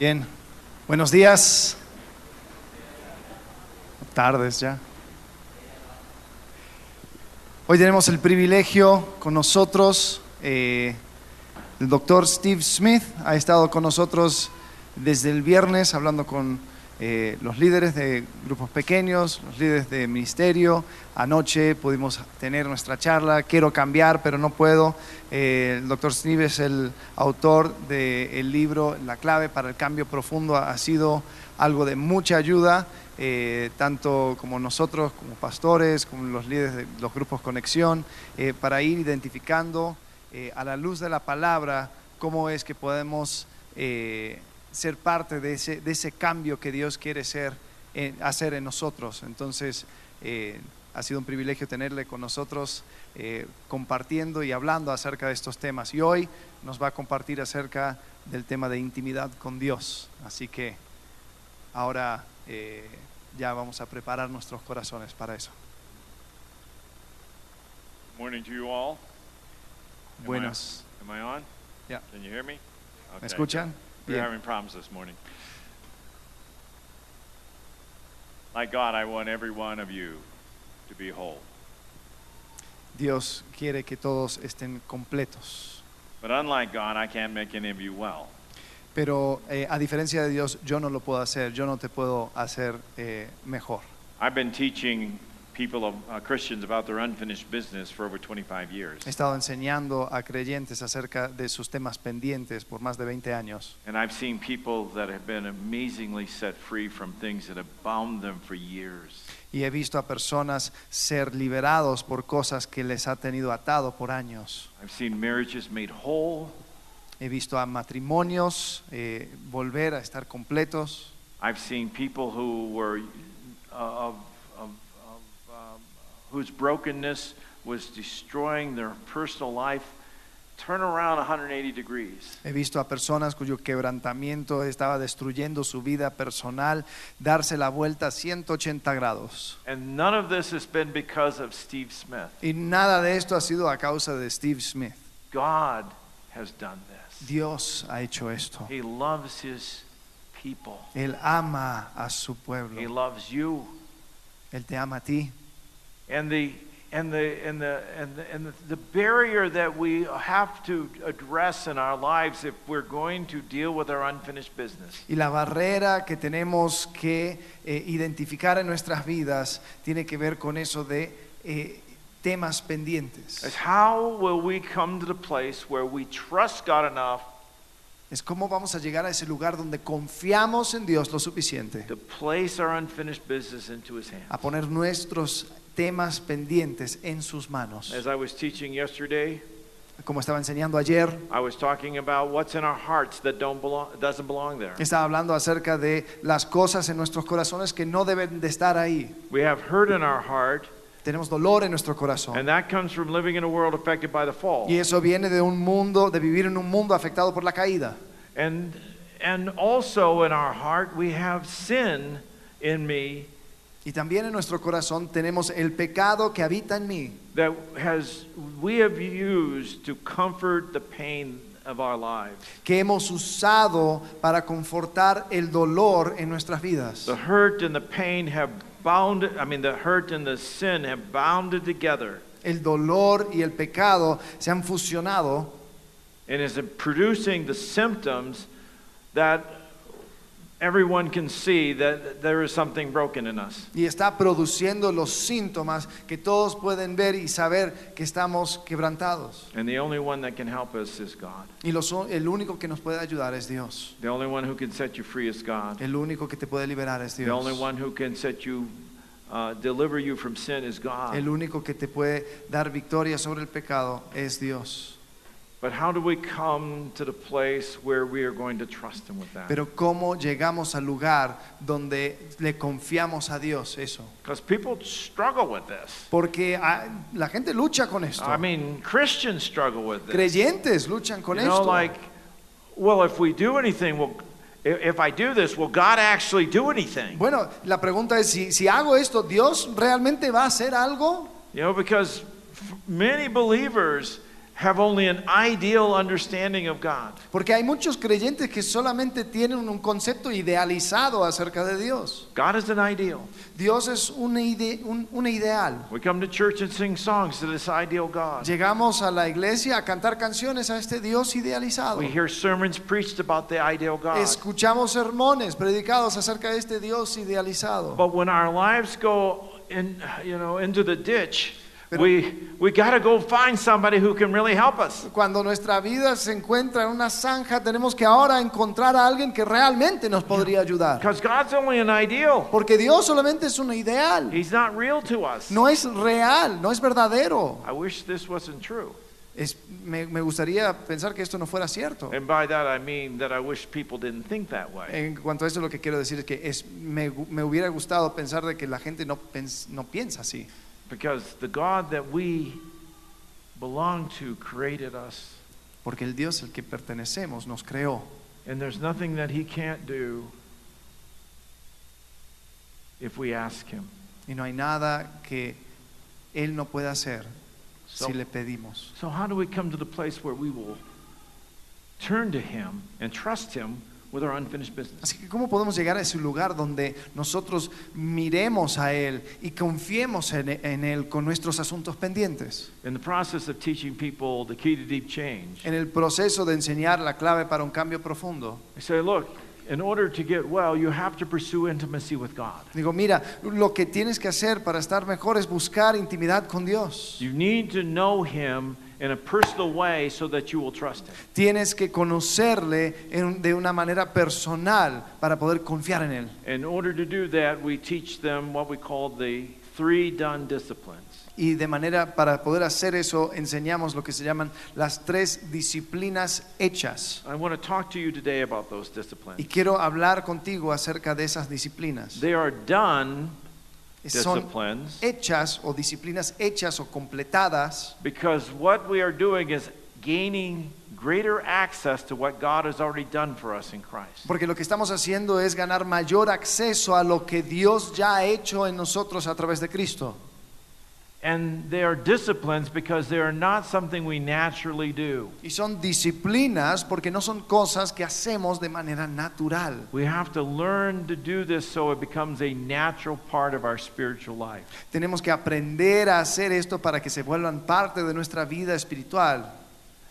Bien, buenos días. Tardes ya. Hoy tenemos el privilegio con nosotros, eh, el doctor Steve Smith ha estado con nosotros desde el viernes hablando con eh, los líderes de grupos pequeños, los líderes de ministerio. Anoche pudimos tener nuestra charla, quiero cambiar, pero no puedo. Eh, el doctor Steve es el autor del libro La clave para el cambio profundo, ha sido algo de mucha ayuda. eh, tanto como nosotros, como pastores, como los líderes de los grupos Conexión, eh, para ir identificando eh, a la luz de la palabra cómo es que podemos eh, ser parte de ese, de ese cambio que Dios quiere ser, en- hacer en nosotros. Entonces, eh, ha sido un privilegio tenerle con nosotros eh, compartiendo y hablando acerca de estos temas. Y hoy nos va a compartir acerca del tema de intimidad con Dios. Así que ahora eh, ya vamos a preparar nuestros corazones para eso. Morning to you all. Am I- Buenos. Am I on? Yeah. Can you hear me? ¿Me Okay, escuchan? good. We're Bien. having problems this morning. My God, I want every one of you to be whole. Dios quiere que todos estén completos. But unlike God, I can't make any of you well. Pero eh, a diferencia de Dios, yo no lo puedo hacer, yo no te puedo hacer eh, mejor. I've been teaching people, of- uh, Christians, about their unfinished business for over 25 years. He estado enseñando a creyentes acerca de sus temas pendientes por más de 20 años. And I've seen people that have been amazingly set free from things that have bound them for years. Y he visto a personas ser liberados por cosas que les ha tenido atado por años. I've seen marriages made whole. He visto a matrimonios eh, volver a estar completos. I've seen people who were uh, of, of, of um, whose brokenness was destroying their personal life turn around 180 degrees. He visto a personas cuyo quebrantamiento estaba destruyendo su vida personal, darse la vuelta 180 grados. And none of this has been because of Steve Smith. Y nada de esto ha sido a causa de Steve Smith. God has done this. Dios ha hecho esto. He loves his people. Él ama a su He pueblo. loves you. Él te ama a ti. And the and the and the and the, and the, the barrier that we have to address in our lives if we're going to deal with our unfinished business Y la barrera que tenemos que eh, identificar en nuestras vidas tiene que ver con eso de eh, temas is pendientes. how will we come to the place where we trust God enough Es cómo vamos a llegar a ese lugar donde confiamos en Dios lo suficiente. to place our unfinished business into His hands? a poner nuestros temas pendientes en sus manos. As I was teaching yesterday, Como estaba enseñando ayer, I was talking about what's in our hearts that don't belong, doesn't belong there. estaba hablando acerca de las cosas en nuestros corazones que no deben de estar ahí. We have hurt in our heart, Tenemos dolor en nuestro and corazón. that comes from living in a world affected by the fall. Y eso viene de un mundo, de vivir en un mundo afectado por la caída. And and also in our heart we have sin in me Y también en nuestro corazón tenemos el pecado que habita en mí, that has we have used to comfort the pain of our lives. que hemos usado para confortar el dolor en nuestras vidas. The hurt and the pain have bound, I mean, the hurt and the sin have bounded together El dolor y el pecado se han fusionado and is producing the symptoms that everyone can see that there is something broken in us. y está produciendo los síntomas que todos pueden ver y saber que estamos quebrantados. And the only one that can help us is God. Y los- el único que nos puede ayudar es Dios. The only one who can set you free is God. El único que te puede liberar es The only Dios. one who can set you, uh, deliver you from sin is El God. único que te puede dar victoria sobre el pecado es Dios. But how do we come to the place where we are going to trust Him with that? Pero ¿cómo llegamos al lugar donde le confiamos a Dios eso? Because people struggle with this. Porque ah, la gente lucha con esto. I mean, Christians struggle with this. Creyentes luchan con you know, esto. like, well, if we do anything, will i- if I do this, will God actually do anything? Bueno, la pregunta es, si, si hago esto, ¿Dios realmente va a hacer algo? You know, because f- many believers have only an ideal understanding of God. Porque hay muchos creyentes que solamente tienen un concepto idealizado acerca de Dios. God is an ideal. Dios es un, ide- un- un ideal. We come to church and sing songs to this ideal God. Llegamos a la iglesia a cantar canciones a este Dios idealizado. We hear sermons preached about the ideal God. Escuchamos sermones predicados acerca de este Dios idealizado. But when our lives go in, you know, into the ditch, Pero- we, we got to go find somebody who can really help us. Cuando nuestra vida se encuentra en una zanja, tenemos que ahora encontrar a alguien que realmente nos podría ayudar. Because God's only an ideal. Porque Dios solamente es un ideal. He's not real to us. No es real, no es verdadero. I wish this wasn't true. Es- me, me gustaría pensar que esto no fuera cierto. And by that I mean that I wish people didn't think that way. En cuanto a eso, lo que quiero decir es que es, me, gu- me hubiera gustado pensar de que la gente no, pens- no piensa así. Because the God that we belong to created us. Porque el Dios al que pertenecemos nos creó. And there's nothing that He can't do if we ask Him. Y no hay nada que Él no pueda hacer So, si le pedimos. so how do we come to the place where we will turn to Him and trust Him with our unfinished business? Así que ¿cómo podemos llegar a ese lugar donde nosotros miremos a Él y confiemos en, en Él con nuestros asuntos pendientes? In the process of teaching people the key to deep change, En el proceso de enseñar la clave para un cambio profundo. I say, look, in order to get well, you have to pursue intimacy with God. Digo, mira, lo que tienes que hacer para estar mejor es buscar intimidad con Dios. You need to know Him in a personal way so that you will trust Him. Tienes que conocerle en- de una manera personal para poder confiar en Él. In order to do that, we teach them what we call the three done disciplines. Y de manera, para poder hacer eso, enseñamos lo que se llaman las tres disciplinas hechas. I want to talk to you today about those disciplines. Y quiero hablar contigo acerca de esas disciplinas. They are done Son disciplines hechas o disciplinas hechas o completadas, because what we are doing is gaining greater access to what God has already done for us in Christ. porque lo que estamos haciendo es ganar mayor acceso a lo que Dios ya ha hecho en nosotros a través de Cristo. And they are disciplines because they are not something we naturally do. Y son disciplinas porque no son cosas que hacemos de manera natural. We have to learn to do this so it becomes a natural part of our spiritual life. Tenemos que aprender a hacer esto para que se vuelvan parte de nuestra vida espiritual.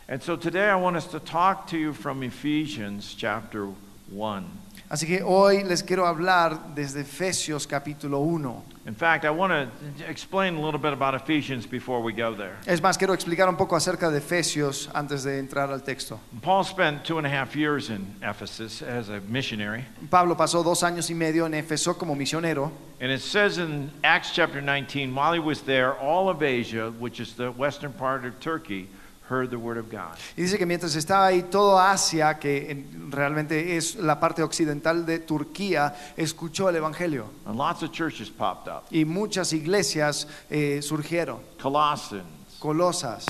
And so today I want us to talk to you from Ephesians chapter 1. Así que hoy les quiero hablar desde Efesios capítulo 1. In fact, I want to explain a little bit about Ephesians before we go there. Es más, quiero explicar un poco acerca de Efesios antes de entrar al texto. Paul spent two and a half years in Ephesus as a missionary. Pablo pasó dos años y medio en Éfeso como misionero And it says in Acts chapter 19, while he was there, all of Asia, which is the western part of Turkey, heard the word of God. y dice que mientras estaba ahí todo Asia, que en- realmente es la parte occidental de Turquía, escuchó el Evangelio And lots of churches popped up y muchas iglesias eh, surgieron. Colossians, Colosas,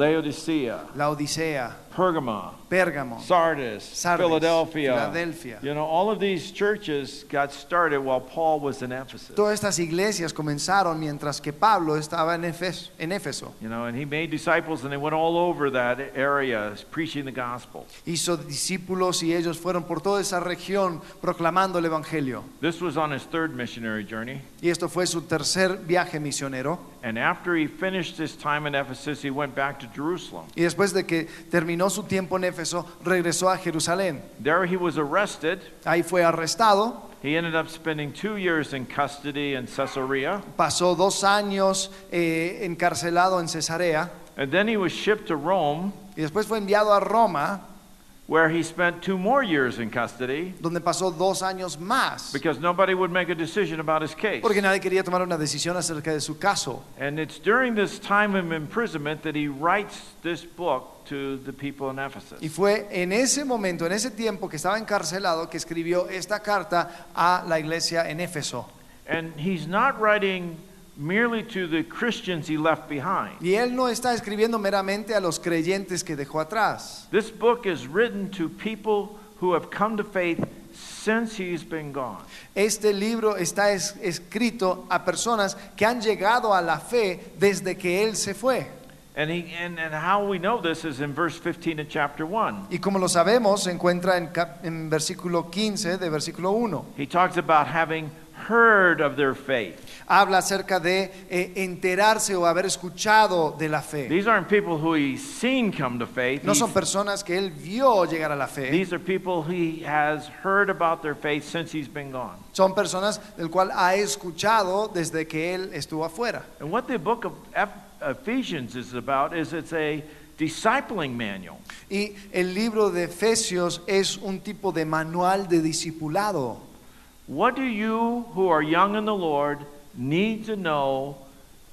Laodicea, la Odisea, Pergama, Pérgamo, Sardis, Sardis, Philadelphia. Philadelphia. You know, all of these churches got started while Paul was in Ephesus. Todas estas iglesias comenzaron mientras que Pablo estaba en, Efes- en Éfeso. You know, and he made disciples and they went all over that area preaching the gospel. Hizo discípulos y ellos fueron por toda esa región proclamando el Evangelio. This was on his third missionary journey. Y esto fue su tercer viaje misionero. And after he finished his time in Ephesus, he went back to Jerusalem. Y después de que terminó su tiempo en Éfeso, regresó a Jerusalén. There he was arrested. Ahí fue arrestado, He ended up spending two years in custody in Caesarea. pasó dos años eh, encarcelado en Cesarea And then he was shipped to Rome, y después fue enviado a Roma, where he spent two more years in custody donde pasó dos años más. because nobody would make a decision about his case. Porque nadie quería tomar una decisión acerca de su caso. And it's during this time of imprisonment that he writes this book to the people in Ephesus. Y fue en ese momento, en ese tiempo que estaba encarcelado, que escribió esta carta a la iglesia en Éfeso. And he's not writing merely to the Christians he left behind. Y él no está escribiendo meramente a los creyentes que dejó atrás. This book is written to people who have come to faith since he's been gone. Este libro está es- escrito a personas que han llegado a la fe desde que él se fue. And, he, and, and how we know this is in verse 15 of chapter 1. Y como lo sabemos, se encuentra en, cap- en versículo 15 de versículo 1. He talks about having heard of their faith. Habla acerca de eh, enterarse o haber escuchado de la fe. These aren't people who he's seen come to faith. No He's- son personas que él vio llegar a la fe, these are people he has heard about their faith since he's been gone. son personas del cual ha escuchado desde que él estuvo afuera. And what the book of Eph- Ephesians is about is it's a discipling manual. Y el libro de Efesios es un tipo de manual de discipulado. What do you who are young in the Lord need to know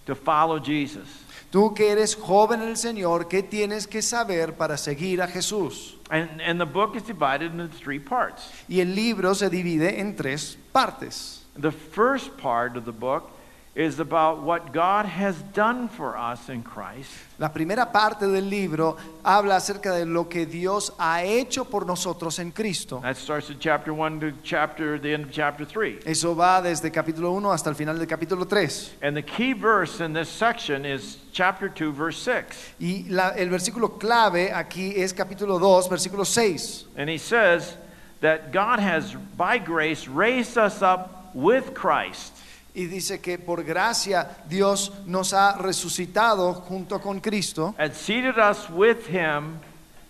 to follow Jesus? Tú que eres joven en el Señor, ¿qué tienes que saber para seguir a Jesús? And, and the book is divided into three parts. Y el libro se divide en tres partes. The first part of the book is about what God has done for us in Christ. La primera parte del libro habla acerca de lo que Dios ha hecho por nosotros en Cristo. That starts at chapter 1 to chapter the end of chapter 3. Eso va desde capítulo 1 hasta el final del capítulo 3. And the key verse in this section is chapter 2 verse 6. Y la- el versículo clave aquí es capítulo 2, versículo 6. And he says that God has by grace raised us up with Christ. Y dice que por gracia Dios nos ha resucitado junto con Cristo and seated us with him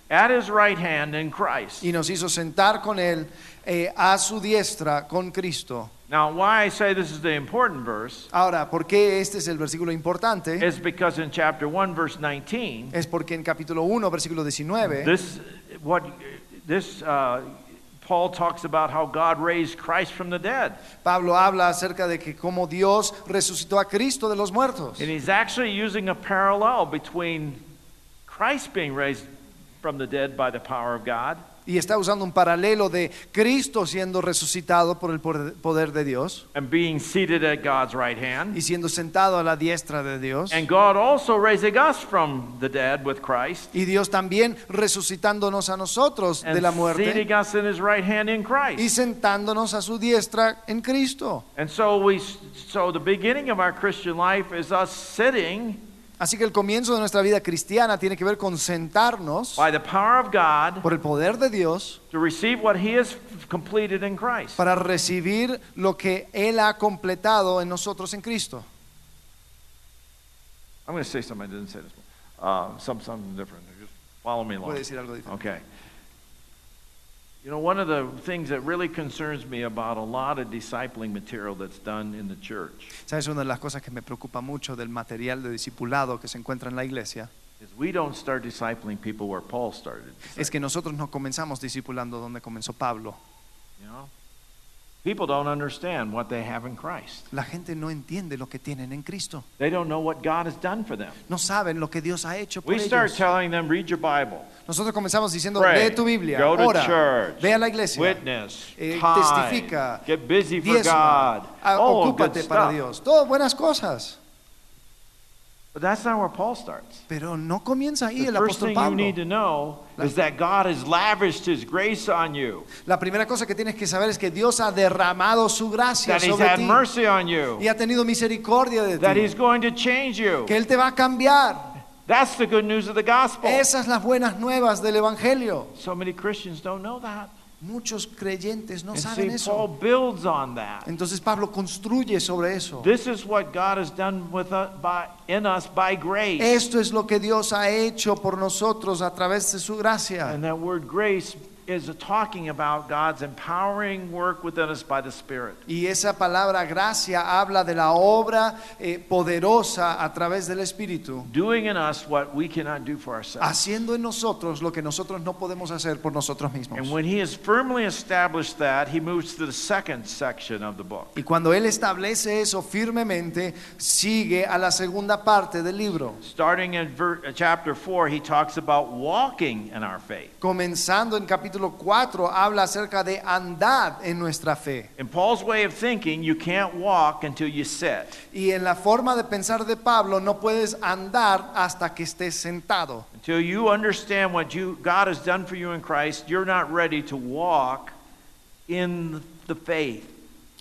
at his right hand in Christ. y nos hizo sentar con Él eh, a su diestra con Cristo. Now, why I say this is the important verse Ahora, ¿por qué este es el versículo importante? is because in chapter 1, verse 19, Es porque en capítulo 1, versículo 19, this, what, this uh, Paul talks about how God raised Christ from the dead. Pablo habla acerca de que como Dios resucitó a Cristo de los muertos. And he's actually using a parallel between Christ being raised from the dead by the power of God Y está usando un paralelo de Cristo siendo resucitado por el por- poder de Dios and being seated at God's right hand. y siendo sentado a la diestra de Dios. And God also raising us from the dead with Christ. Y Dios también resucitándonos a nosotros de la muerte seating us in his right hand in y Christ. sentándonos a su diestra en Cristo. And so we so the beginning of our Christian life is us sitting Así que el comienzo de nuestra vida cristiana tiene que ver con sentarnos by the power of God por el poder de Dios to receive what he has f- completed in Christ. para recibir lo que Él ha completado en nosotros en Cristo. I'm going to say something I didn't say this morning. Uh, some, something different. Just follow me Voy a along. decir algo diferente. Okay. You know, one of the things that really concerns me about a lot of discipling material that's done in the church ¿Sabes? Una de las cosas que me preocupa mucho del material de discipulado que se encuentra en la iglesia is we don't start discipling people where Paul started. es que nosotros no comenzamos discipulando donde comenzó Pablo. You know? People don't understand what they have in Christ. La gente no entiende lo que tienen en Cristo. They don't know what God has done for them. No saben lo que Dios ha hecho por We start ellos. telling them, read your Bible, Nosotros comenzamos diciendo, pray, lee tu Biblia, go to ora, church, ve a la iglesia, witness, eh, tithe, testifica, get busy for diezma, God. ah, oh, good ocúpate para stuff. Dios. Todo buenas cosas. But that's not where Paul starts. Pero no comienza ahí the el apóstol first thing you Pablo. need to know is that God has lavished His grace on you, La primera cosa que tienes que saber es que Dios ha derramado su gracia that He's sobre had ti mercy on you, y ha tenido misericordia de that ti. He's going to change you. que Él te va a cambiar. That's the good news of the gospel. Esas las buenas nuevas del Evangelio. So many Christians don't know that. Muchos creyentes no And saben see, eso. Paul builds on that. Entonces Pablo construye sobre eso. This is what God has done with us, by, in us by grace. Esto es lo que Dios ha hecho por nosotros a través de su gracia. And that word grace is talking about God's empowering work within us by the Spirit. Y esa palabra gracia habla de la obra eh, poderosa a través del Espíritu, Doing in us what we cannot do for ourselves. haciendo en nosotros lo que nosotros no podemos hacer por nosotros And mismos. when he has firmly established that, he moves to the second section of the book. Y cuando Él establece eso firmemente, sigue a la segunda parte del libro. Starting in ver- uh, chapter 4, he talks about walking in our faith. Comenzando en capítulo 4, habla acerca de andar en nuestra fe. In Paul's way of thinking, you can't walk until you sit. Y en la forma de pensar de Pablo, no puedes andar hasta que estés sentado. Until you understand what you, God has done for you in Christ, you're not ready to walk in the faith.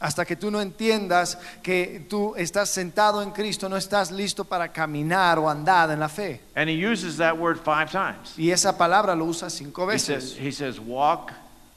Hasta que tú no entiendas que tú estás sentado en Cristo, no estás listo para caminar o andar en la fe. And he uses that word five times. Y esa palabra lo usa cinco He says, veces. he says walk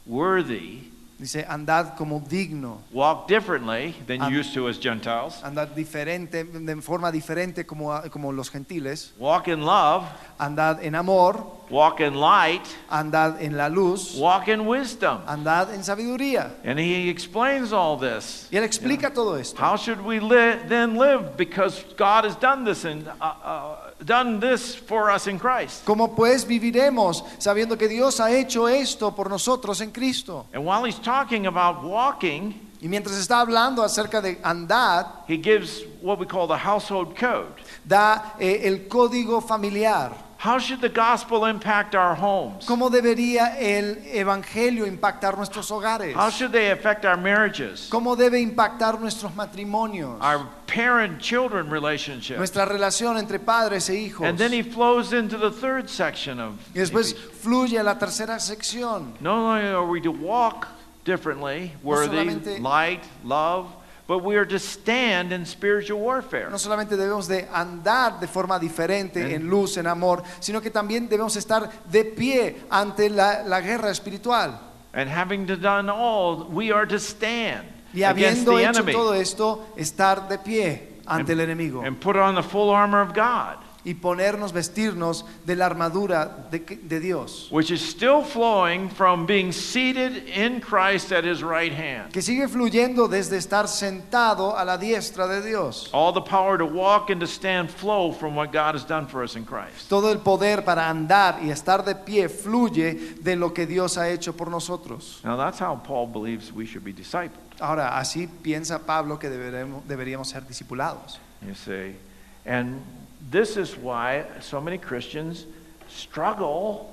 worthy, Dice, andad como digno, walk differently than you Am- used to as Gentiles, andad diferente, de forma diferente como, como los gentiles, walk in love, andad en amor, walk in light, andad en la luz, walk in wisdom. andad en sabiduría. And he explains all this. Y él explica todo esto. How should we li- then live? Because God has done this and uh, uh, done this for us in Christ. ¿Cómo pues viviremos sabiendo que Dios ha hecho esto por nosotros en Cristo? And while he's talking about walking, Y mientras está hablando acerca de andad, he gives what we call the household code. da eh, el código familiar. How should the gospel impact our homes? ¿Cómo debería el Evangelio impactar nuestros hogares? How should they affect our marriages, ¿Cómo debe impactar nuestros matrimonios? our parent children relationship? Nuestra relación entre padres e hijos. And then he flows into the third section of. Y después Ephesians. fluye a la tercera sección. Not only are we to walk differently, worthy, solamente- light, love, but we are to stand in spiritual warfare. No solamente debemos de andar de forma diferente en luz, en amor, sino que también debemos estar de pie ante la, la guerra espiritual. And having done all, we are to stand Y against the habiendo hecho enemy Em, todo esto, estar de pie ante el enemigo and put on the full armor of God, y ponernos, vestirnos de la armadura de, de Dios, which is still flowing from being seated in Christ at his right hand. que sigue fluyendo desde estar sentado a la diestra de Dios. All the power to walk and to stand flow from what God has done for us in Christ. Todo el poder para andar y estar de pie fluye de lo que Dios ha hecho por nosotros. Now that's how Paul believes we should be discipled. Ahora, así piensa Pablo que deberemos- deberíamos ser discipulados. You see? And this is why so many Christians struggle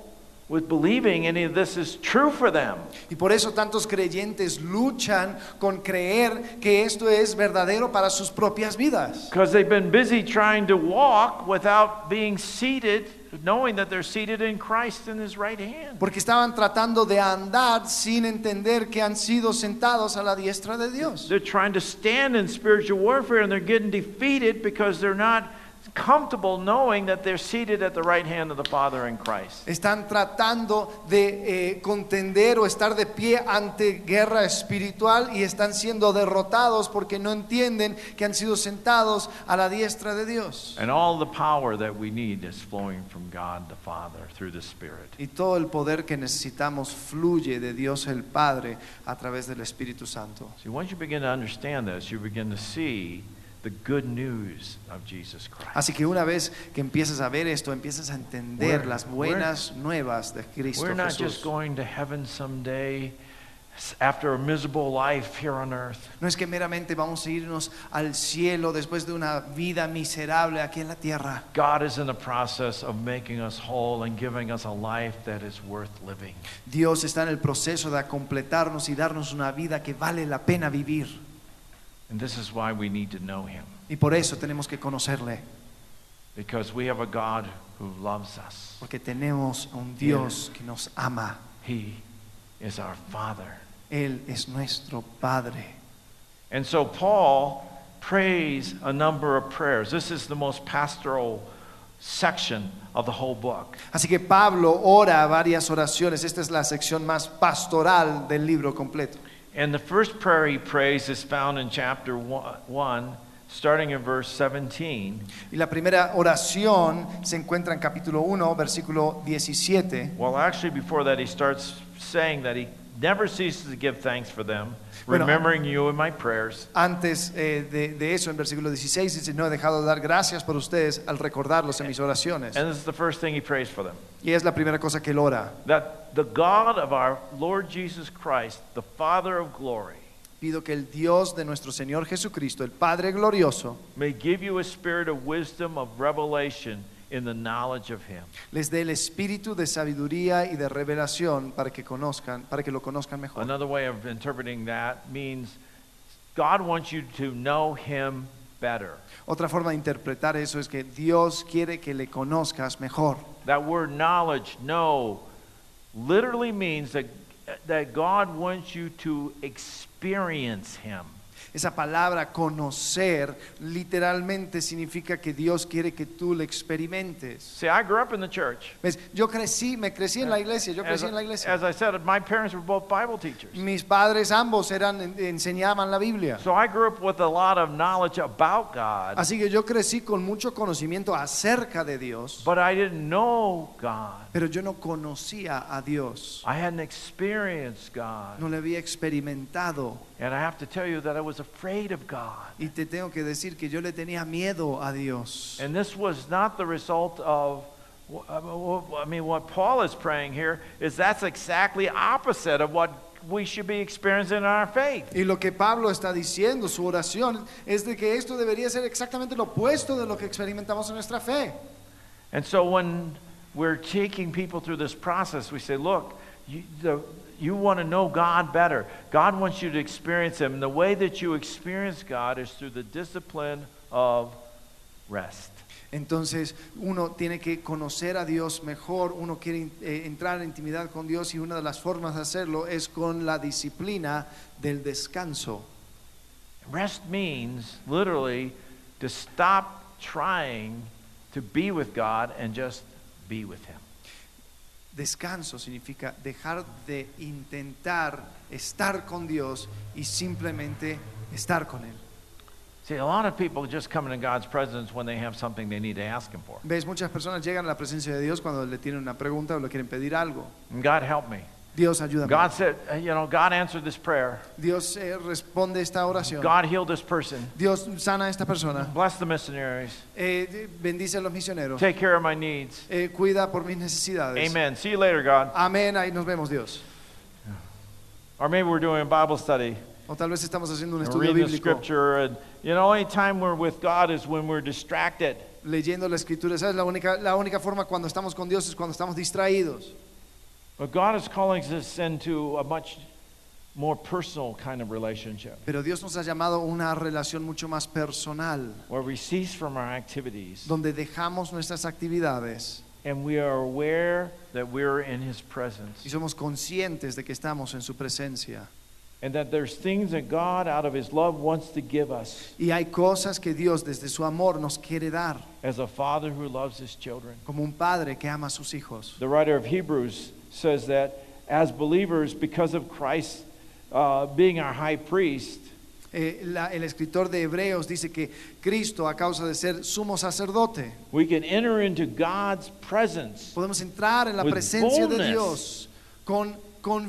with believing any of this is true for them. Y por eso tantos creyentes luchan con creer que esto es verdadero para sus propias vidas. Because they've been busy trying to walk without being seated, knowing that they're seated in Christ in his right hand. Porque estaban tratando de andar sin entender que han sido sentados a la diestra de Dios. They're trying to stand in spiritual warfare and they're getting defeated because they're not comfortable knowing that they're seated at the right hand of the Father in Christ. Están tratando de eh, contender o estar de pie ante guerra espiritual y están siendo derrotados porque no entienden que han sido sentados a la diestra de Dios. And all the power that we need is flowing from God the Father through the Spirit. Y todo el poder que necesitamos fluye de Dios el Padre a través del Espíritu Santo. See, once you begin to understand this, you begin to see the good news of Jesus Christ. Así que una vez que empiezas a ver esto, empiezas a entender We're- las buenas nuevas de Cristo We're not Jesús. just going to heaven someday s- after a miserable life here on earth. No es que meramente vamos a irnos al cielo después de una vida miserable aquí en la tierra. God is in the process of making us whole and giving us a life that is worth living. Dios está en el proceso de completarnos y darnos una vida que vale la pena vivir. And this is why we need to know Him, Y por eso tenemos que conocerle, because we have a God who loves us. porque tenemos a un Dios que nos ama. He is our Father. Él es nuestro Padre. And so Paul prays a number of prayers. This is the most pastoral section of the whole book. Así que Pablo ora varias oraciones. Esta es la sección más pastoral del libro completo. And the first prayer he prays is found in chapter 1, starting in verse 17, Y la primera oración se encuentra en capítulo 1, versículo 17. Well, actually, before that, he starts saying that he never ceases to give thanks for them, Bueno, remembering you in my prayers. Antes eh, de, de eso, en versículo 16, dice, no he dejado de dar gracias por ustedes al recordarlos en mis oraciones. And this is the first thing he prays for them Y es la primera cosa que él ora. that the God of our Lord Jesus Christ, the Father of glory, Pido que el Dios de nuestro Señor Jesucristo, el Padre glorioso, may give you a spirit of wisdom, of revelation in the knowledge of him. les dé el espíritu de sabiduría y de revelación para que conozcan, para que lo conozcan mejor. Another way of interpreting that means God wants you to know him better. Otra forma de interpretar eso es que Dios quiere que le conozcas mejor. That word knowledge, know, literally means that, that God wants you to experience Him. Esa palabra conocer literalmente significa que Dios quiere que tú le experimentes. See, I grew up in the church. ¿Ves? Yo crecí, me crecí en la iglesia, yo As, crecí en la iglesia. as I said, my parents were both Bible teachers. Mis padres ambos eran en- enseñaban la Biblia. So I grew up with a lot of knowledge about God, Así que yo crecí con mucho conocimiento acerca de Dios, but I didn't know God. pero yo no conocía a Dios. I hadn't experienced God. No le había experimentado And I have to tell you that I was afraid of God. y te tengo que decir que yo le tenía miedo a Dios. And this was not the result of, uh, I mean, what Paul is praying here is that's exactly opposite of what we should be experiencing in our faith. Y lo que Pablo está diciendo, su oración, es de que esto debería ser exactamente lo opuesto de lo que experimentamos en nuestra fe. And so when we're taking people through this process, we say, look, you, the, you want to know God better. God wants you to experience Him. And the way that you experience God is through the discipline of rest. Entonces uno tiene que conocer a Dios mejor, uno quiere eh, entrar en intimidad con Dios y una de las formas de hacerlo es con la disciplina del descanso. Rest means literally to stop trying to be with God and just be with Him. Descanso significa dejar de intentar estar con Dios y simplemente estar con Él. See, a lot of people just come into God's presence when they have something they need to ask Him for. Ves, muchas personas llegan a la presencia de Dios cuando le tienen una pregunta o le quieren pedir algo. And God help me. Dios ayúdame. God said, uh, you know, God answered this prayer. Dios eh, responde esta oración. God healed this person. Dios sana a esta persona. Bless the missionaries. Eh, bendice a los misioneros. Take care of my needs. Eh, cuida por mis necesidades. Amen. See you later, God. Amén. Ahí nos vemos, Dios. Or maybe we're doing a Bible study. O tal vez estamos haciendo un and estudio reading bíblico, the scripture. And, you know, any time we're with God is when we're distracted. leyendo la escritura. ¿Sabes? La única, la única forma cuando estamos con Dios es cuando estamos distraídos. But God is calling us into a much more personal kind of relationship Pero Dios nos ha llamado a una relación mucho más personal, where we cease from our activities donde dejamos nuestras actividades and we are aware that we're in His y presence. somos conscientes de que estamos en su presencia. And that there's things that God, out of His love, wants to give us Y hay cosas que Dios desde su amor nos quiere dar, as a father who loves his children. como un padre que ama a sus hijos. The writer of Hebrews says that as believers, because of Christ uh, being our high priest, Eh, la- el escritor de Hebreos dice que Cristo, a causa de ser sumo sacerdote, we can enter into God's presence podemos entrar en la With presencia de boldness. Dios con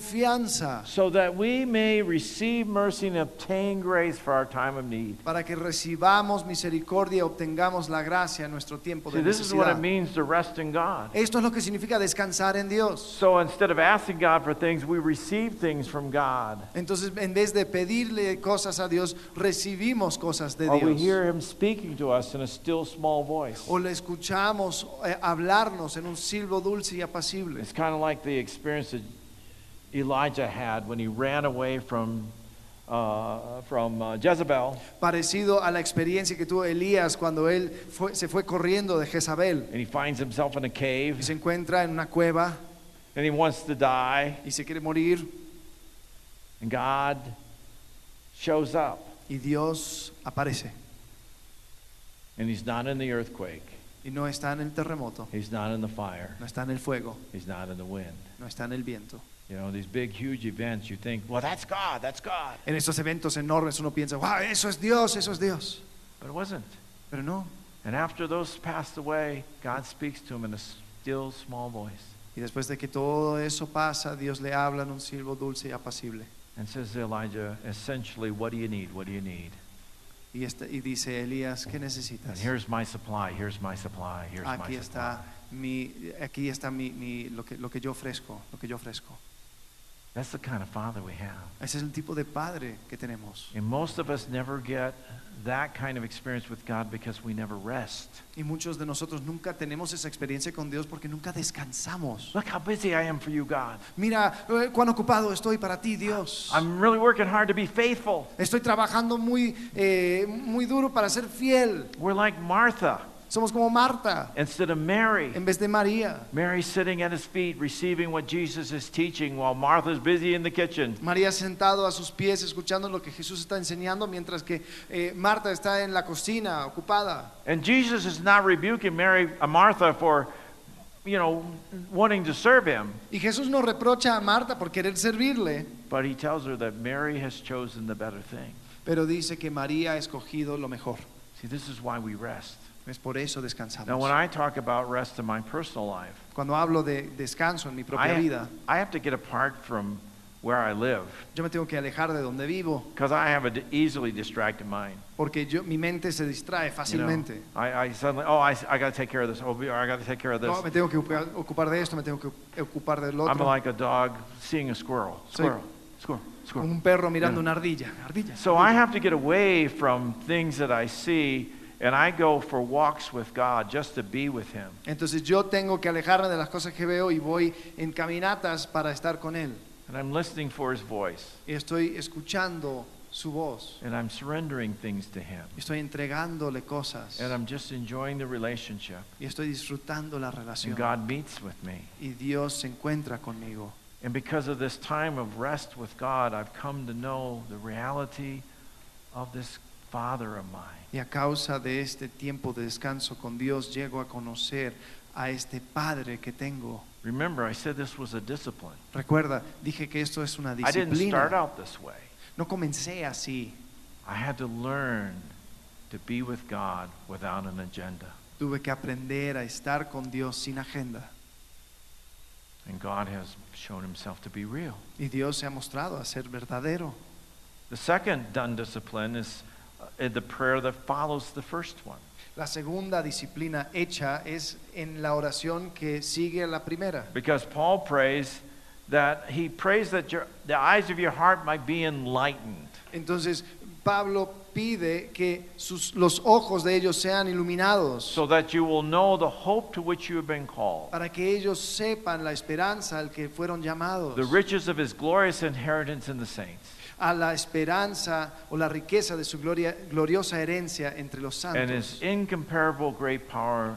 confianza so that we may receive mercy and obtain grace for our time of need. para que recibamos misericordia y obtengamos la gracia en nuestro tiempo See, de this is what it necesidad. means to rest in God. Esto es lo que significa descansar en Dios. So instead of asking God for things, we receive things from God. Entonces, en vez de pedirle cosas a Dios, recibimos cosas de Or we Dios. hear Him speaking to us in a still small voice. O le escuchamos eh, hablarnos en un silbo dulce y apacible. It's kind of like the experience that Elijah had when he ran away from, uh, from uh, Jezebel Parecido a la experiencia que tuvo Elías cuando él fue- se fue corriendo de Jezabel and he finds himself in a y cave se encuentra en una cueva and he wants to die. y se quiere morir And God shows up y Dios aparece and he's not in the earthquake, y no está en el terremoto, he's not in the fire, no está en el fuego, he's not in the wind. no está en el viento. You know, these big, huge events, you think, well, that's God, that's God. En estos eventos enormes uno piensa, wow, eso es Dios, eso es Dios. But it wasn't. Pero no. And after those passed away, God speaks to him in a still small voice Y después de que todo eso pasa, Dios le habla en un silbo dulce y apacible. and says to Elijah, essentially, what do you need? What do you need? Y, este- y dice, Elías, ¿qué And necesitas? here's my supply, here's my supply, here's my Aquí supply. está mi, aquí está mi, mi- lo, que, lo que yo ofrezco, lo que yo ofrezco. That's the kind of father we have. Ese es el tipo de padre que tenemos. And most of us never get that kind of experience with God because we never rest. Y muchos de nosotros nunca tenemos esa experiencia con Dios porque nunca descansamos. Look how busy I am for you, God. Mira, eh, cuán ocupado estoy para ti, Dios. I'm really working hard to be faithful. Estoy trabajando muy, eh, muy duro para ser fiel. We're like Martha. Somos como Marta instead of Mary. en vez de María. Mary sitting at his feet, receiving what Jesus is teaching while Martha's busy in the kitchen. María sentado a sus pies escuchando lo que Jesús está enseñando mientras que eh, Marta está en la cocina ocupada. And Jesus is not rebuking Mary, uh, Martha for, you know, wanting to serve him, Y Jesús no reprocha a Marta por querer servirle, but he tells her that Mary has chosen the better thing. pero dice que María ha escogido lo mejor. See, this is why we rest. Es por eso Now, when descansamos. I talk about rest in my personal life, Cuando hablo de descanso en mi propia I, vida, I have to get apart from where I live yo me tengo que alejar de donde vivo because I have an easily distracted mind. porque yo, mi mente se distrae you know. fácilmente. I, I suddenly, oh, I, I got to take care of this. Oh, I got to take care of this. No, me tengo que ocupar- ocupar de esto, me tengo que ocupar del I'm otro. like a dog seeing a squirrel. Soy- Squirrel. Squirrel. Como Squirrel. un perro mirando una ardilla. Ardilla. So I have to get away from things that I see and I go for walks with God just to be with Him. Entonces yo tengo que alejarme de las cosas que veo y voy en caminatas para estar con Él. And I'm listening for His voice Y estoy escuchando su voz. and I'm surrendering things to Him. Y estoy entregándole cosas. And I'm just enjoying the relationship. Y estoy disfrutando la relación. And God meets with me. Y Dios se encuentra conmigo. And because of this time of rest with God, I've come to know the reality of this Father of mine. Y a causa de este tiempo de descanso con Dios, llego a conocer a este Padre que tengo. Remember, I said this was a discipline. Recuerda, dije que esto es una I didn't start disciplina. out this way. No comencé así. I had to learn to be with God without an agenda. Tuve que aprender a estar con Dios sin agenda. And God has shown himself to be real. Y Dios se ha mostrado a ser verdadero. The second done discipline is uh, the prayer that follows the first one. La segunda disciplina hecha es en la oración que sigue a la primera. Because Paul prays that he prays that your, the eyes of your heart might be enlightened. Entonces, Pablo pide que sus, los ojos de ellos sean iluminados so that you will know the hope to which you have been called, para que ellos sepan la esperanza al que fueron llamados, the riches of his glorious inheritance in the saints, a la esperanza o la riqueza de su gloria, gloriosa herencia entre los and his santos incomparable great power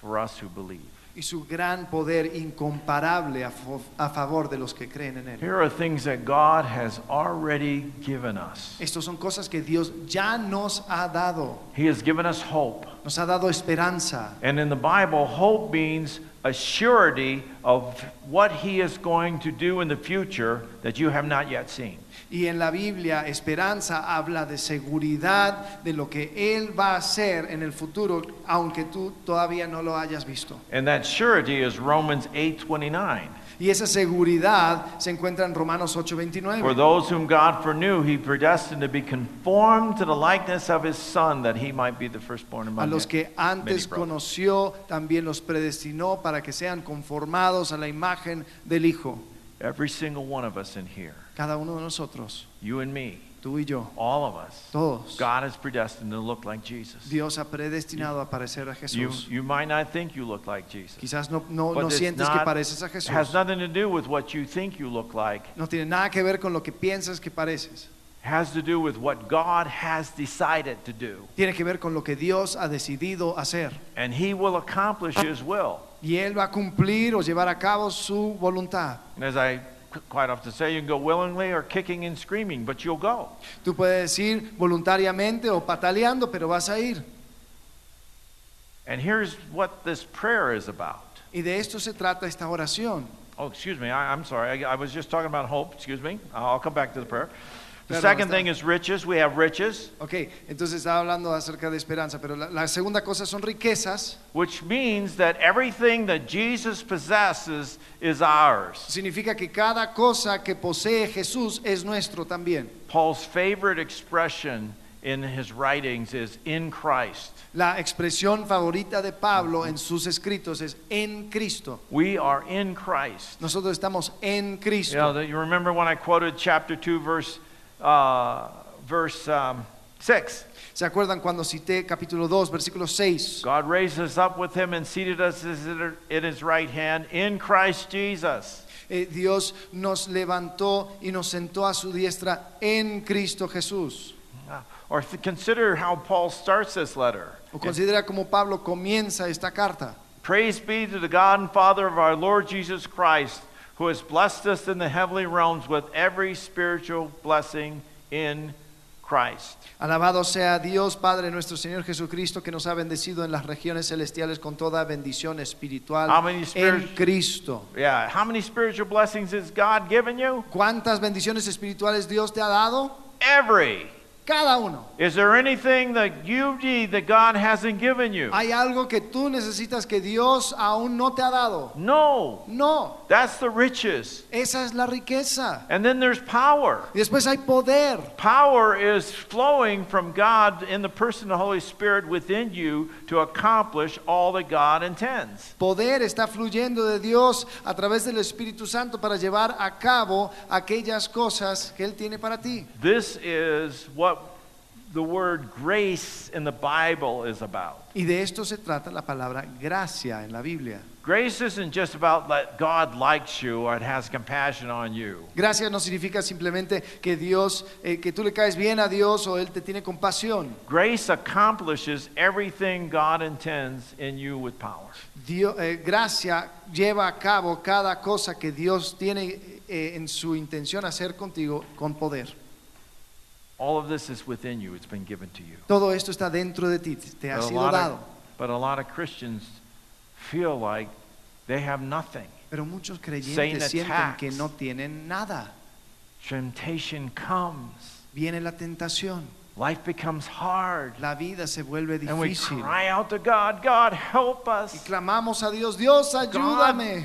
for us who believe. y su gran poder incomparable a, fo- a favor de los que creen en él. Here are things that God has already given us. Estas son cosas que Dios ya nos ha dado. He has given us hope. Nos ha dado esperanza. And in the Bible, hope means a surety of what he is going to do in the future that you have not yet seen. Y en la Biblia, esperanza habla de seguridad de lo que Él va a hacer en el futuro, aunque tú todavía no lo hayas visto. And that surety is Romans 8:29. Y esa seguridad se encuentra en Romanos For 8:29. those whom God foreknew, he predestined to be conformed to the likeness of his Son, that he might be the firstborn A among los many. que antes brothers. conoció, también los predestinó para que sean conformados a la imagen del Hijo. Every single one of us in here, Cada uno de nosotros, you and me, tú y yo, all of us, todos. God is predestined to look like Jesus. Dios ha predestinado a parecer a You, Jesús. you might not think you look like Jesus, Quizás no, no, But no it's sientes que not- pareces a it has Jesús. nothing to do with what you think you look like. It No tiene nada que ver con lo que piensas que pareces. has to do with what God has decided to do. Tiene que ver con lo que Dios ha decidido hacer. And he will accomplish his will. Y Él va a cumplir o llevar a cabo su voluntad. And as I qu- quite often say, you can go willingly or kicking and screaming, but you'll go. Tú puedes decir voluntariamente o pataleando, pero vas a ir. And here's what this prayer is about. Y de esto se trata esta oración. Oh, excuse me, I, I'm sorry. I, I was just talking about hope. Excuse me. I'll I'll come back to the prayer. The Claro, second está. thing is riches. We have riches, Ok, entonces estaba hablando acerca de esperanza, pero la, la segunda cosa son riquezas. which means that everything that Jesus possesses is ours. Significa que cada cosa que posee Jesús es nuestro también. Paul's favorite expression in his writings is in Christ. La expresión favorita de Pablo en sus escritos es en Cristo. We are in Christ. Nosotros estamos en You know, Cristo. that you remember when I quoted chapter 2, verse, uh, verse um, 6. ¿Se acuerdan cuando cité capítulo 2, versículo 6? God raised us up with him and seated us as it- at his right hand in Christ Jesus. Eh, Dios nos levantó y nos sentó a su diestra en Cristo Jesús. Or th- consider how Paul starts this letter. O considera cómo Pablo comienza esta carta. Praise be to the God and Father of our Lord Jesus Christ, who has blessed us in the heavenly realms with every spiritual blessing in Christ. Alabado sea Dios, Padre nuestro Señor Jesucristo, que nos ha bendecido en las regiones celestiales con toda bendición espiritual Amén, en Espíritu. Cristo. Yeah, how many spiritual blessings has God given you? ¿Cuántas bendiciones espirituales Dios te ha dado? Every. Cada uno. Is there anything that you need that God hasn't given you? ¿Hay algo que tú necesitas que Dios aún no te ha dado? No. No, That's the riches. esa es la riqueza. And then there's power. Y después hay poder. Power is flowing from God in the person of the Holy Spirit within you to accomplish all that God intends. Poder está fluyendo de Dios a través del Espíritu Santo para llevar a cabo aquellas cosas que Él tiene para ti. This is what the word grace in the Bible is about. Y de esto se trata la palabra gracia en la Biblia. Grace isn't just about that God likes you or has compassion on you. Gracia no significa simplemente que Dios, eh, que tú le caes bien a Dios o Él te tiene compasión. Grace accomplishes everything God intends in you with power. Dio- eh, gracia lleva a cabo cada cosa que Dios tiene eh, en su intención hacer contigo con poder. All of this is within you, it's been given to you. Todo esto está dentro de ti, te ha But a sido lot of- dado. but a lot of Christians feel like they have nothing. Pero muchos Satan creyentes sienten que attacks. no tienen nada. Temptation comes. Viene la tentación, Life becomes hard. la vida se vuelve And we difícil. cry out to God, God, help Y us. clamamos a Dios, Dios ayúdame.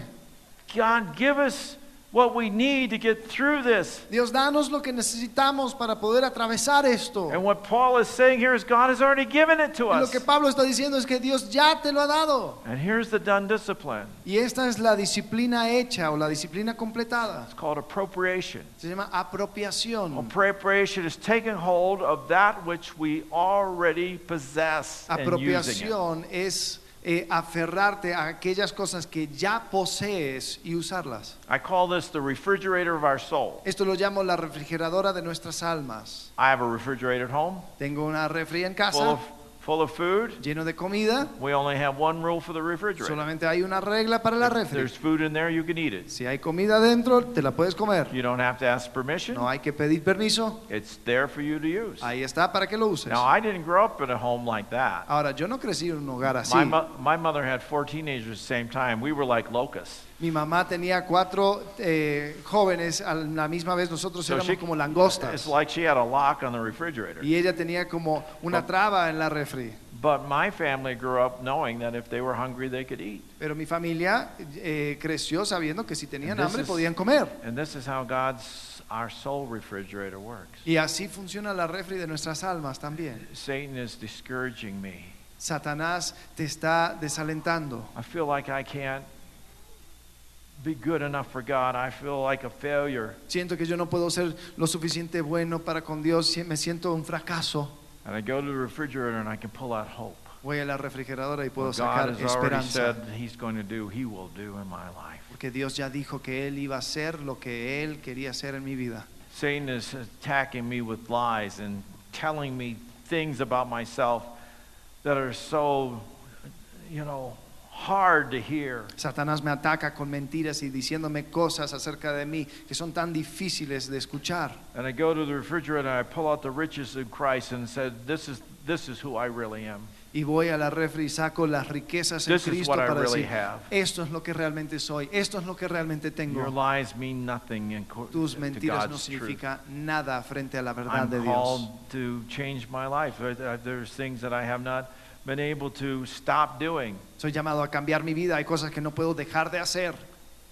God, give us what we need to get through this. Dios danos lo que necesitamos para poder atravesar esto. And what Paul is saying here is God has already given it to Oh. Y lo us. que Pablo está diciendo es que Dios ya te lo ha dado. And here's the done discipline. Y esta es la disciplina hecha o la disciplina completada. It's called appropriation. Se llama apropiación. Appropriation is taking hold of that which we already possess and using it. Apropiación es eh, aferrarte a aquellas cosas que ya posees y usarlas. I call this the refrigerator of our soul. Esto lo llamo la refrigeradora de nuestras almas. I have a refrigerator at home Tengo una refri en casa full of, full of food. lleno de comida. We only have one rule for the refrigerator. Solamente hay una regla para la If refri. there's food in there, you can eat it. Si hay comida dentro, te la puedes comer. You don't have to ask permission. No hay que pedir permiso. It's there for you to use. Ahí está para que lo uses. Now, I didn't grow up in a home like that. Ahora, yo no crecí en un hogar así. My, mo- my mother had four teenagers at the same time. We were like locusts. Mi mamá tenía cuatro eh, jóvenes a la misma vez. Nosotros So éramos she- como It's langostas. like she had a lock on the refrigerator. Y ella tenía como Oh. una traba en la refri. But my family grew up knowing that if they were hungry, they could eat. Pero mi familia eh, creció sabiendo que si tenían This hambre is- podían comer. And this is how God's, our soul refrigerator works. Y así funciona la refri de nuestras almas también. Satan is discouraging me. Satanás te está desalentando. I feel like I can't be good enough for God. I feel like a failure. Siento que yo no puedo ser lo suficiente bueno para con Dios. si- Me siento un fracaso. And I go to the refrigerator and I can pull out hope. Voy a la refrigeradora y puedo What God sacar has already esperanza. said He's going to do, He will do in my life. Porque Dios ya dijo que Él iba a hacer lo que Él quería hacer en mi vida. Satan is attacking me with lies and telling me things about myself that are so, you know, hard to hear. Satanás me ataca con mentiras y diciéndome cosas acerca de mí que son tan difíciles de escuchar. And I go to the refrigerator and I pull out the riches of Christ and said, "This is this is who I really am. Y voy a la refri y saco las riquezas en This is Cristo what I para really decir, have." esto es lo que realmente soy, esto es lo que realmente Your tengo. lies mean nothing in co- Tus to mentiras no God's truth. significa nada frente a la verdad de I'm Dios. called to change my life. There- there- There's things that I have not been able to stop doing. Soy llamado a cambiar mi vida, hay cosas que no puedo dejar de hacer.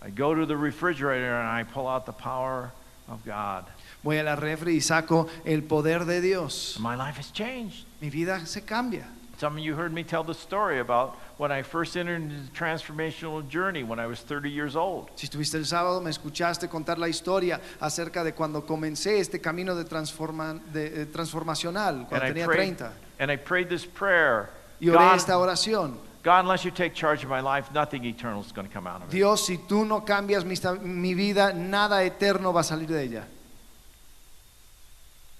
I go to the refrigerator and I pull out the power of God. Voy a la refri y saco el poder de Dios. And my life has changed. Mi vida se cambia. Some of you heard me tell the story about when I first entered into the transformational journey when I was 30 years old. Si estuviste el sábado, me escuchaste contar la historia acerca de cuando comencé este camino de, transforma- de, eh, transformacional, And cuando I, tenía prayed, 30. and I prayed this prayer. Y oré God- esta oración. God, unless you take charge of my life, nothing eternal is going to come out of it. Dios, si tú no cambias mi, esta- mi vida, nada eterno va a salir de ella.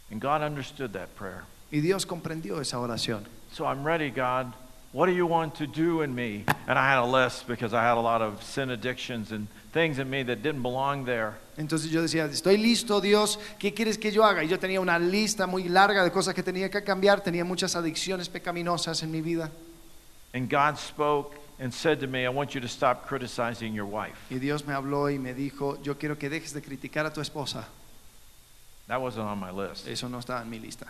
And And God understood that prayer. Y Dios comprendió esa oración. So I'm ready, God. What do you want to do in me? And I had a list because I had a lot of sin addictions and things in me that didn't belong there. Entonces yo decía, estoy listo Dios, ¿qué quieres que yo haga? Y yo tenía una lista muy larga de cosas que tenía que cambiar, tenía muchas adicciones pecaminosas en mi vida. And God spoke and said to me, I want you to stop criticizing your wife. Y Dios me habló y me dijo, yo quiero que dejes de criticar a tu esposa. That wasn't on my list. Eso no estaba en mi lista.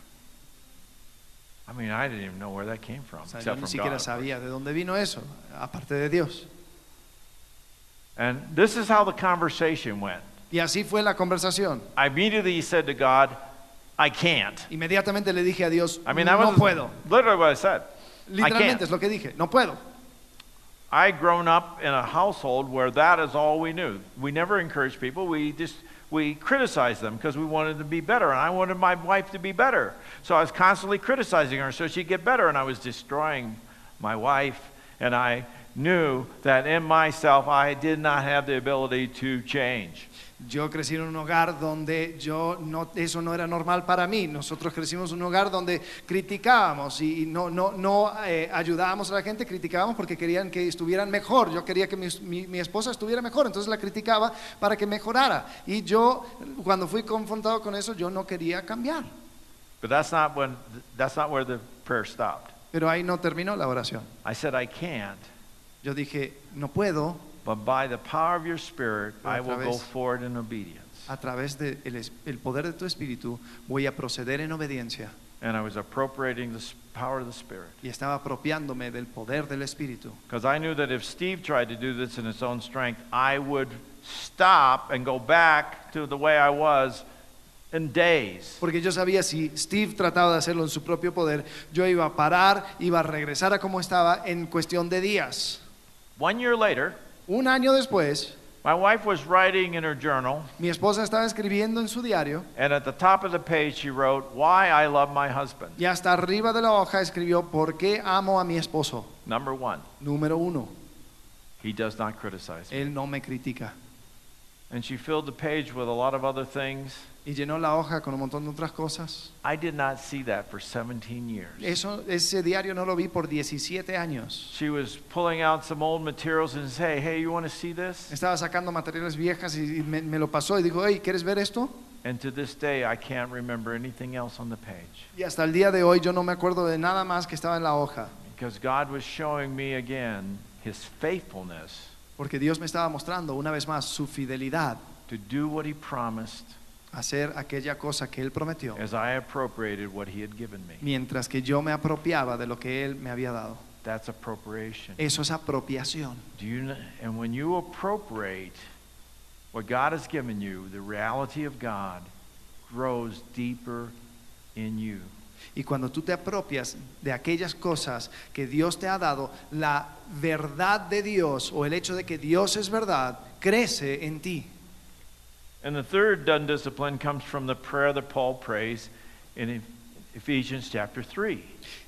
I mean, I didn't even know where that came from, O sea, yo except ni from siquiera God. pues. sabía de dónde vino eso, aparte de Dios. And this is how the conversation went. Y así fue la conversación. I immediately said to God, I can't. Inmediatamente le dije a Dios, I mean, that no was puedo. literally what I said. I can't. Literalmente es lo que dije, no puedo. I'd grown up in a household where that is all we knew. We never encouraged people. We just we criticized them because we wanted to be better, and I wanted my wife to be better. So I was constantly criticizing her so she'd get better, and I was destroying my wife. And I knew that in myself I did not have the ability to change. Yo crecí en un hogar donde yo no, eso no era normal para mí. Nosotros crecimos en un hogar donde criticábamos y no, no, no eh, ayudábamos a la gente, criticábamos porque querían que estuvieran mejor. Yo quería que mi, mi- mi esposa estuviera mejor, entonces la criticaba para que mejorara. Y yo, cuando fui confrontado con eso, yo no quería cambiar. But that's not when that's not where the prayer stopped. Pero ahí no terminó la oración. I said I can't, Yo dije, no puedo but by the power of your spirit Pero I otra will go vez. forward in obedience. a través del poder de tu espíritu, voy a proceder en obediencia. And I was appropriating the s- power of the spirit. Y estaba apropiándome del poder del espíritu. Because I knew that if Steve tried to do this in his own strength, I would stop and go back to the way I was in days. Porque yo sabía si Steve trataba de hacerlo en su propio poder, yo iba a parar, iba a regresar a como estaba en cuestión de días. One year later, Un año después, my wife was writing in her journal, mi esposa estaba escribiendo en su diario and at the top of the page, she wrote, Why I Love My Husband. y hasta arriba de la hoja escribió ¿Por qué amo a mi esposo? Number one, Número uno, he does not criticize me. él no me critica. And she filled the page with a lot of other things. Y llenó la hoja con un montón de otras cosas. I did not see that for 17 years. Eso, ese diario no lo vi por 17 años. She was pulling out some old materials and say, Hey, you want to see this? Estaba sacando materiales viejas y y me, me lo pasó y dijo, hey, ¿quieres ver esto? And to this day, I can't remember anything else on the page. Y hasta el día de hoy yo no me acuerdo de nada más que estaba en la hoja. Because God was showing me again his faithfulness Porque Dios me estaba mostrando una vez más su fidelidad to do what he promised a hacer aquella cosa que Él prometió, as I appropriated what he had given me. mientras que yo me apropiaba de lo que Él me había dado. That's appropriation. Eso es apropiación. Do you kn- and when you appropriate what God has given you, the reality of God grows deeper in you. Y cuando tú te apropias de aquellas cosas que Dios te ha dado, la verdad de Dios o el hecho de que Dios es verdad crece en ti. And the third done discipline comes from the prayer that Paul prays in Eph- Ephesians chapter 3.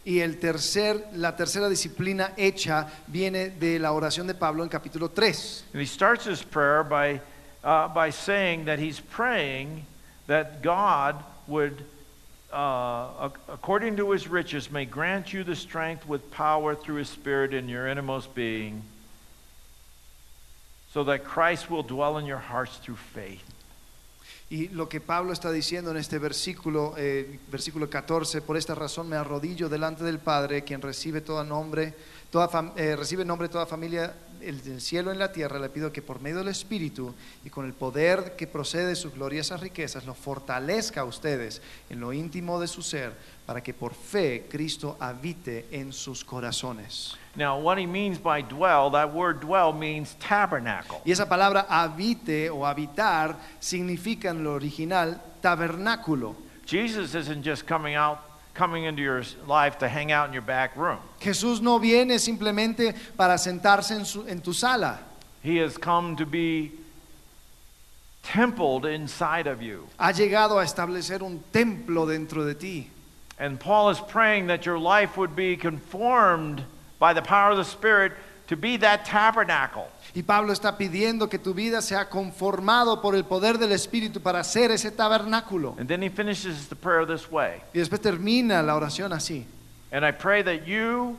Y el tercer, la tercera disciplina hecha viene de la oración de Pablo en capítulo 3. And he starts his prayer by, uh, by saying that he's praying that God would, uh, ac- according to his riches, may grant you the strength with power through his Spirit in your innermost being, so that Christ will dwell in your hearts through faith. Y lo que Pablo está diciendo en este versículo, eh, versículo 14, por esta razón me arrodillo delante del Padre, quien recibe todo nombre, toda fam- eh, recibe nombre de toda familia el- del cielo en la tierra, le pido que por medio del Espíritu y con el poder que procede de sus gloriosas riquezas, los fortalezca a ustedes en lo íntimo de su ser, para que por fe Cristo habite en sus corazones. Now, what he means by dwell, that word dwell means tabernacle. Y esa palabra habite o habitar significa en lo original tabernáculo. Jesus isn't just coming out, coming into your s- life to hang out in your back room. Jesús no viene simplemente para sentarse en, su- en tu sala. He has come to be templed inside of you. Ha llegado a establecer un templo dentro de ti. And Paul is praying that your life would be conformed by the power of the Spirit to be that tabernacle. Y Pablo está pidiendo que tu vida sea conformado por el poder del Espíritu para ser ese tabernáculo. And then he finishes the prayer this way. Y después termina la oración así. And I pray that you,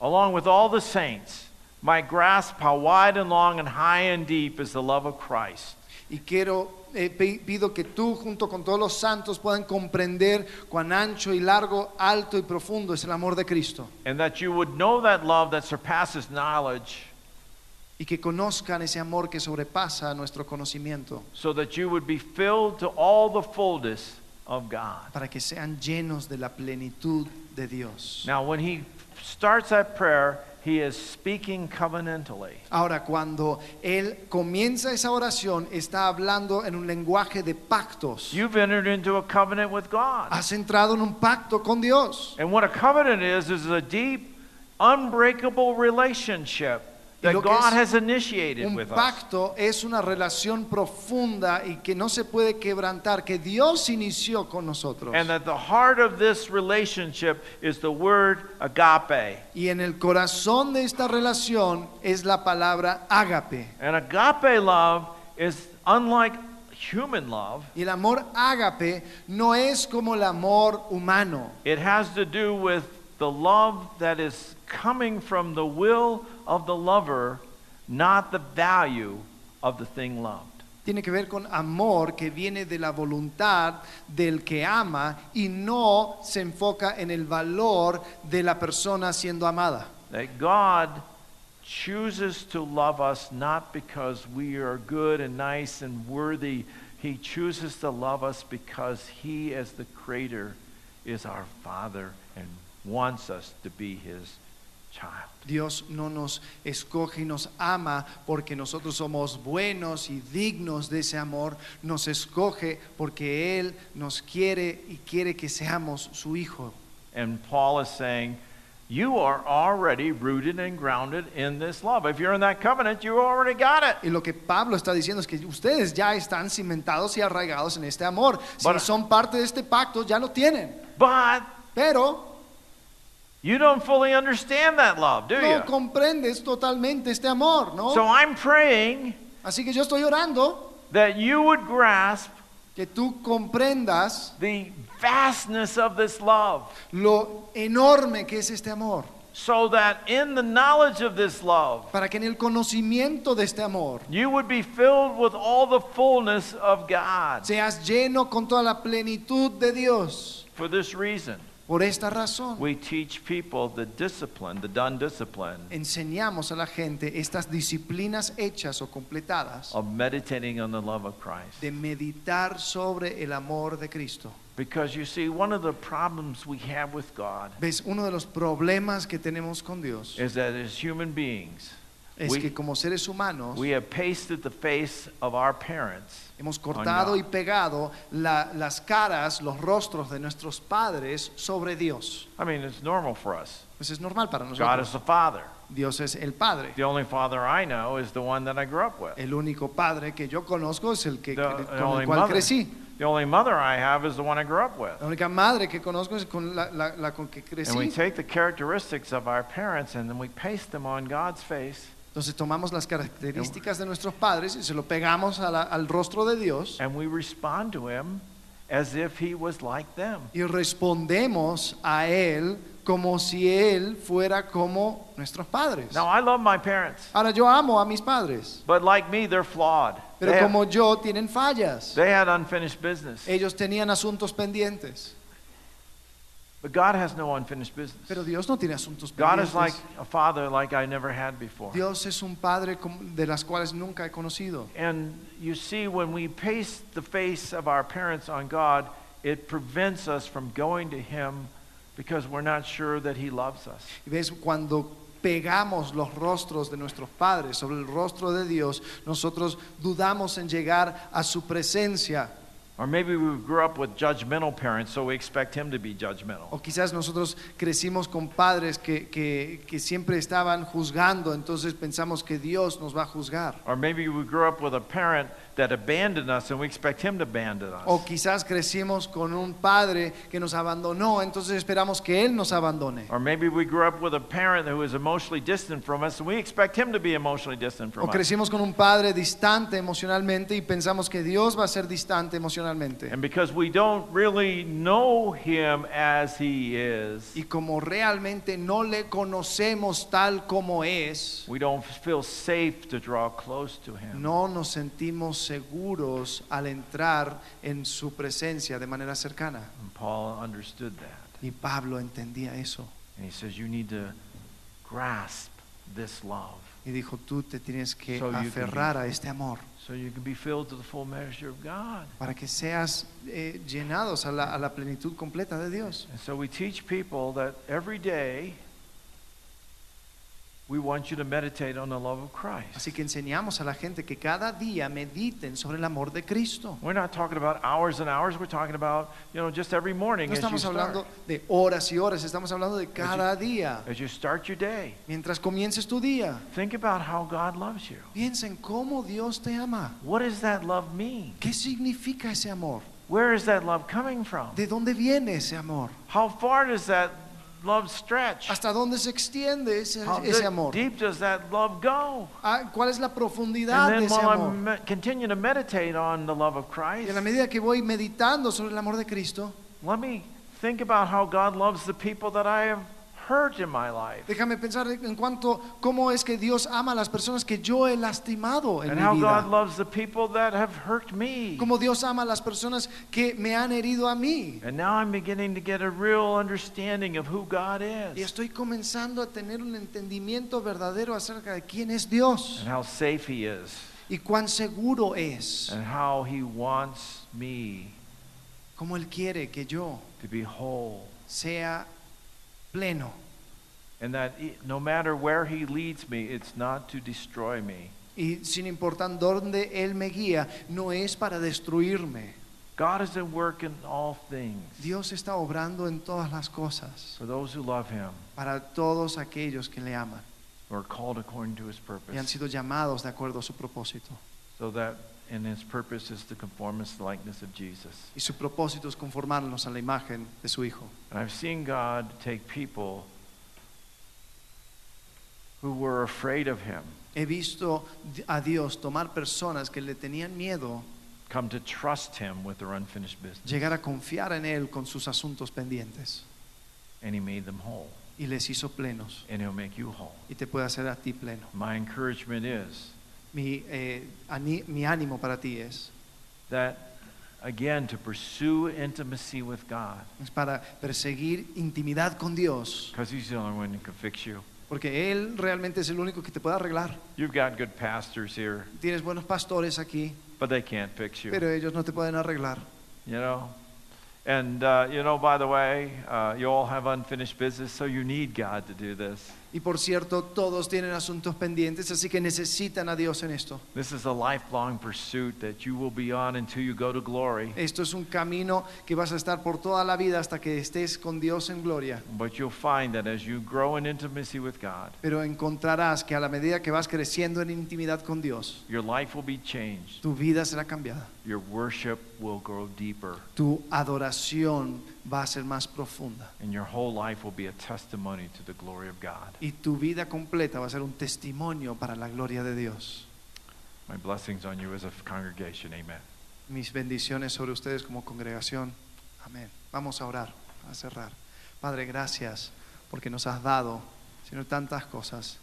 along with all the saints, might grasp how wide and long and high and deep is the love of Christ. Y quiero, eh, pi- pido que tú junto con todos los santos puedan comprender cuán ancho y largo, alto y profundo es el amor de Cristo. And that you would know that love that surpasses knowledge, Y que conozcan ese amor que sobrepasa nuestro conocimiento. so that you would be filled to all the fullness of God. Para que sean llenos de la plenitud de Dios. Now, when he starts that prayer, he is speaking covenantally. Ahora, cuando Él comienza esa oración, está hablando en un lenguaje de pactos. You've entered into a covenant with God. Has entrado en un pacto con Dios. And what a covenant is, is a deep, unbreakable relationship Y lo that que God es has initiated Un with us. pacto es una relación profunda y que no se puede quebrantar, que Dios inició con nosotros. And that the heart of this relationship is the word agape. Y en el corazón de esta relación es la palabra ágape. And agape love is unlike human love, Y el amor ágape no es como el amor humano, it has to do with the love that is coming from the will of the lover, not the value of the thing loved. tiene que ver con amor que viene de la voluntad del que ama y no se enfoca en el valor de la persona siendo amada. That God chooses to love us not because we are good and nice and worthy. He chooses to love us because He, as the Creator, is our Father and wants us to be His child. Dios no nos escoge y nos ama porque nosotros somos buenos y dignos de ese amor. Nos escoge porque Él nos quiere y quiere que seamos su hijo. And Paul is saying, You are already rooted and grounded in this love. If you're in that covenant, you already got it. Y lo que Pablo está diciendo es que ustedes ya están cimentados y arraigados en este amor. Si Para- son parte de este pacto, ya lo tienen. But Pero you don't fully understand that love, do no you? comprendes totalmente este amor, So ¿no? I'm praying Así que yo estoy orando that you would grasp que tú comprendas the vastness of this love, lo enorme que es este amor. so that in the knowledge of this love, para que en el conocimiento de este amor you would be filled with all the fullness of God. seas lleno con toda la plenitud de Dios. For this reason, Por esta razón we teach people the discipline, the done discipline enseñamos a la gente estas disciplinas hechas o completadas of meditating on the love of Christ. de meditar sobre el amor de Cristo. Because you see, one of the problems we have with God Ves, uno de los problemas que tenemos con Dios is that as human beings, es we- que como seres humanos we have pasted the face of our parents hemos cortado y pegado la- las caras, los rostros de nuestros padres sobre Dios. I mean, it's normal for us. Pues es normal para God nosotros. is the Father. Dios es el Padre. The only Father I know is the one that I grew up with. El único padre que yo conozco es el que The- cre- the con only el cual mother. crecí. The only mother I have is the one I grew up with. La única madre que conozco es con la, la- la con que And we crecí. take the characteristics of our parents and then we paste them on God's face Entonces tomamos las características de nuestros padres y se lo pegamos a la- al rostro de Dios and we respond to Him as if He was like them. y respondemos a Él como si Él fuera como nuestros padres. Now, I love my parents, Ahora yo amo a mis padres, but like me, they're flawed. pero They have- como yo tienen fallas. They had unfinished business. Ellos tenían asuntos pendientes, But God has no unfinished business. pero Dios no tiene asuntos God is like pendientes. a father like I never had before. Dios es un padre como- de las cuales nunca he conocido. And you see, when we paste the face of our parents on God, it prevents us from going to Him because we're not sure that He loves us. Y ¿Ves? Cuando pegamos los rostros de nuestros padres sobre el rostro de Dios, nosotros dudamos en llegar a su presencia. Or maybe we grew up with judgmental parents, so we expect Him to be judgmental. O quizás nosotros crecimos con padres que, que- que siempre estaban juzgando, entonces pensamos que Dios nos va a juzgar. Or maybe we grew up with a parent that abandoned us and we expect him to abandon us. O quizás crecimos con un padre que nos abandonó, entonces esperamos que él nos abandone. Or maybe we grew up with a parent who is emotionally distant from us and we expect him to be emotionally distant O from us. crecimos con un padre distante emocionalmente y pensamos que Dios va a ser distante emocionalmente. And because we don't really know him as he is, Y como realmente no le conocemos tal como es, we don't feel safe to draw close to him. no nos sentimos seguros al entrar en su presencia de manera cercana. And Paul understood that. Y Pablo entendía eso And he says, You need to grasp this love y dijo, tú te tienes que So you can be- aferrar a este amor so you can be filled to the full measure of God. para que seas eh, llenados a la, a la plenitud completa de Dios. And so we teach people that every day we want you to meditate on the love of Christ. Así que enseñamos a la gente que cada día mediten sobre el amor de Cristo. We're not talking about hours and hours. We're talking about, you know, just every morning No as, you estamos hablando start, de horas y horas, estamos hablando de cada día. as you start your day. Mientras comiences tu día, Think about how God loves you. piensa en cómo Dios te ama. What does that love mean? ¿Qué significa ese amor? Where is that love coming from? ¿De dónde viene ese amor? How far does that love stretch? ¿Hasta dónde se extiende ese, How ese di- amor? deep does that love go? Ah, ¿Cuál es la profundidad de And then ese while I amor? me- continue to meditate on the love of Y en la Christ, medida que voy meditando sobre el amor de Cristo, let me think about how God loves the people that I have hurt in my life. déjame pensar en cuanto cómo es que Dios ama a las personas que yo he lastimado en And mi how vida. God loves the people that have hurt me. Cómo Dios ama a las personas que me han herido a mí. And now I'm beginning to get a real understanding of who God Y is estoy comenzando a tener un entendimiento verdadero acerca de quién es Dios and how safe He is y cuán seguro es, and how He wants me cómo Él quiere que yo to be whole. sea pleno And that e- no matter where He leads me, it's not to destroy me. y sin importar dónde Él me guía, no es para destruirme. God is at work in all things Dios está obrando en todas las cosas for those who love Him, para todos aquellos que le aman who are called according to His y han purpose. sido llamados de acuerdo a su propósito. So that, and His purpose is to conform us to the likeness of Jesus. Y su propósito es conformarnos a la imagen de su Hijo. And I've seen God take people who were afraid of Him He visto a Dios tomar personas que le tenían miedo, come to trust Him with their unfinished business, llegar a confiar en Él con sus asuntos pendientes and He made them whole. y les hizo plenos And He'll make you whole. y te puede hacer a ti pleno. My encouragement is Mi, eh, ani- mi ánimo para ti es, that, again, to pursue intimacy with God, es para perseguir intimidad con Dios, because He's the only one who can fix you. porque Él realmente es el único que te puede arreglar. You've got good pastors here, Tienes buenos pastores aquí, but they can't fix you. pero ellos no te pueden arreglar. You know? And, uh, you know, by the way, uh, you all have unfinished business, so you need God to do this. Y por cierto, todos tienen asuntos pendientes, así que necesitan a Dios en esto. This is a lifelong pursuit that you will be on until you go to glory, Esto es un camino que vas a estar por toda la vida hasta que estés con Dios en gloria. but you'll find that as you grow in intimacy with God, Pero encontrarás que a la medida que vas creciendo en intimidad con Dios, your life will be changed. tu vida será cambiada. Your worship will grow deeper, Tu adoración va a ser más profunda. and your whole life will be a testimony to the glory of God. Y tu vida completa va a ser un testimonio para la gloria de Dios. My blessings on you as a congregation. Amen. Mis bendiciones sobre ustedes como congregación. Amén. Vamos a orar, a cerrar. Padre, gracias porque nos has dado, Señor, tantas cosas.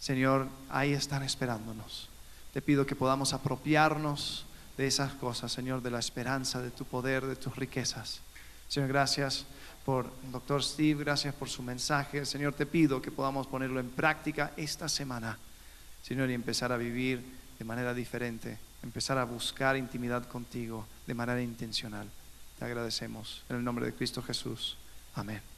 Señor, ahí están esperándonos. Te pido que podamos apropiarnos de esas cosas, Señor, de la esperanza, de tu poder, de tus riquezas. Señor, gracias por doctor Steve, gracias por su mensaje. Señor, te pido que podamos ponerlo en práctica esta semana. Señor, y empezar a vivir de manera diferente, empezar a buscar intimidad contigo de manera intencional. Te agradecemos. En el nombre de Cristo Jesús. Amén.